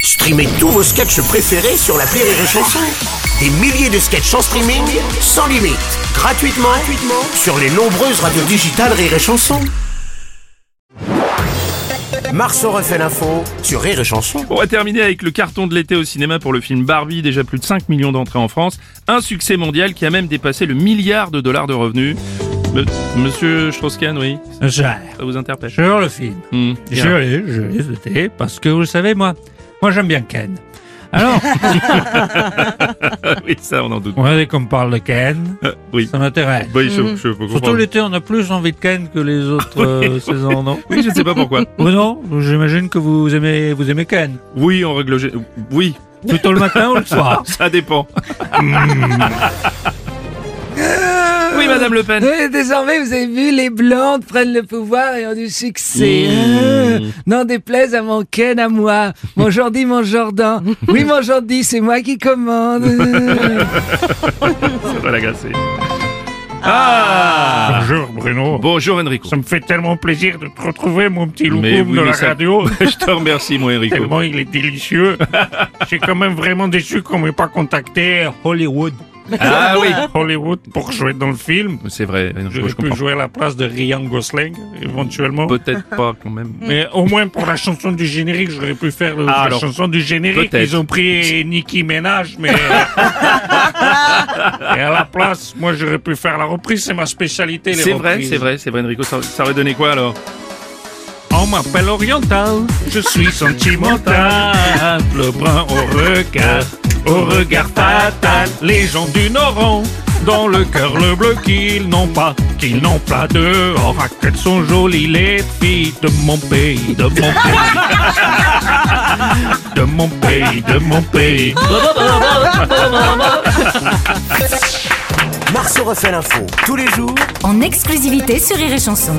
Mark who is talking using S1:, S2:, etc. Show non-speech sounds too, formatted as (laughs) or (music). S1: Streamez tous vos sketchs préférés sur la Rire et Chanson. Des milliers de sketchs en streaming, sans limite, gratuitement, gratuitement sur les nombreuses radios digitales Rire et Chanson. Marceau refait l'info sur Rire et Chanson.
S2: On va terminer avec le carton de l'été au cinéma pour le film Barbie, déjà plus de 5 millions d'entrées en France, un succès mondial qui a même dépassé le milliard de dollars de revenus. Me- Monsieur Strauss-Kahn, oui,
S3: Gère.
S2: ça vous interpelle
S3: Sur le film.
S2: Hmm,
S3: Je
S2: bien.
S3: l'ai, je l'ai voté parce que vous savez, moi, moi j'aime bien Ken. Alors,
S2: Ah (laughs) oui, ça, on en doute.
S3: on a dit qu'on parle de Ken,
S2: Euh, bah, oui.
S3: ça m'intéresse.
S2: Oui, je, je, peux
S3: Surtout
S2: comprendre.
S3: l'été, on a plus envie de Ken que les autres euh, saisons, non
S2: Oui, je ne sais pas pourquoi.
S3: Bruno, j'imagine que vous aimez, vous aimez Ken.
S2: Oui, en règle gé- Oui,
S3: Plutôt le matin ou le soir
S2: ça dépend. oui, Madame Le
S3: Euh.
S2: Pen.
S4: (laughs) Oui, désormais, vous avez vu, les blondes prennent le pouvoir et ont du succès. Euh, N'en déplaise à mon Ken, à moi. Mon Jordi, mon Jordan. Oui, mon Jordi, c'est moi qui commande. Euh.
S2: Ça va l'agacer. Ah
S3: Bonjour Bruno,
S2: Bonjour Enrico.
S3: me fait tellement plaisir de te retrouver mon petit
S2: Mais oui, mais ça- Je te remercie, moi, Enrico.
S3: il est
S2: (laughs)
S3: délicieux. J'ai quand même vraiment déçu qu'on m'ait pas contacté à Hollywood.
S2: Ah oui
S3: Hollywood pour jouer dans le film.
S2: C'est vrai, Enrico,
S3: J'aurais
S2: je
S3: pu
S2: comprends.
S3: jouer à la place de Ryan Gosling, éventuellement.
S2: Peut-être pas, quand même.
S3: Mais au moins pour la chanson du générique, j'aurais pu faire le-
S2: Ah,
S3: la
S2: alors,
S3: chanson du générique.
S2: peut-être.
S3: Ils ont pris Nicki Ménage,
S2: (laughs)
S3: mais. Et à la place, moi j'aurais pu faire la reprise, c'est ma spécialité. les
S2: C'est vrai,
S3: reprises.
S2: c'est vrai, c'est vrai, Enrico. Ça, ça aurait donné quoi, alors
S3: On m'appelle Oriental, je suis sentimental. Le brun au regard, au regard fatal. Les gens du Nord ont dans le cœur le bleu qu'ils n'ont pas, qu'ils n'ont pas dehors. Ah, qu'elles sont jolies les filles de mon pays, de mon pays. (laughs) De mon pays, de mon pays.
S1: Marceau refait l'info tous les jours
S5: en exclusivité sur Rire et Chanson.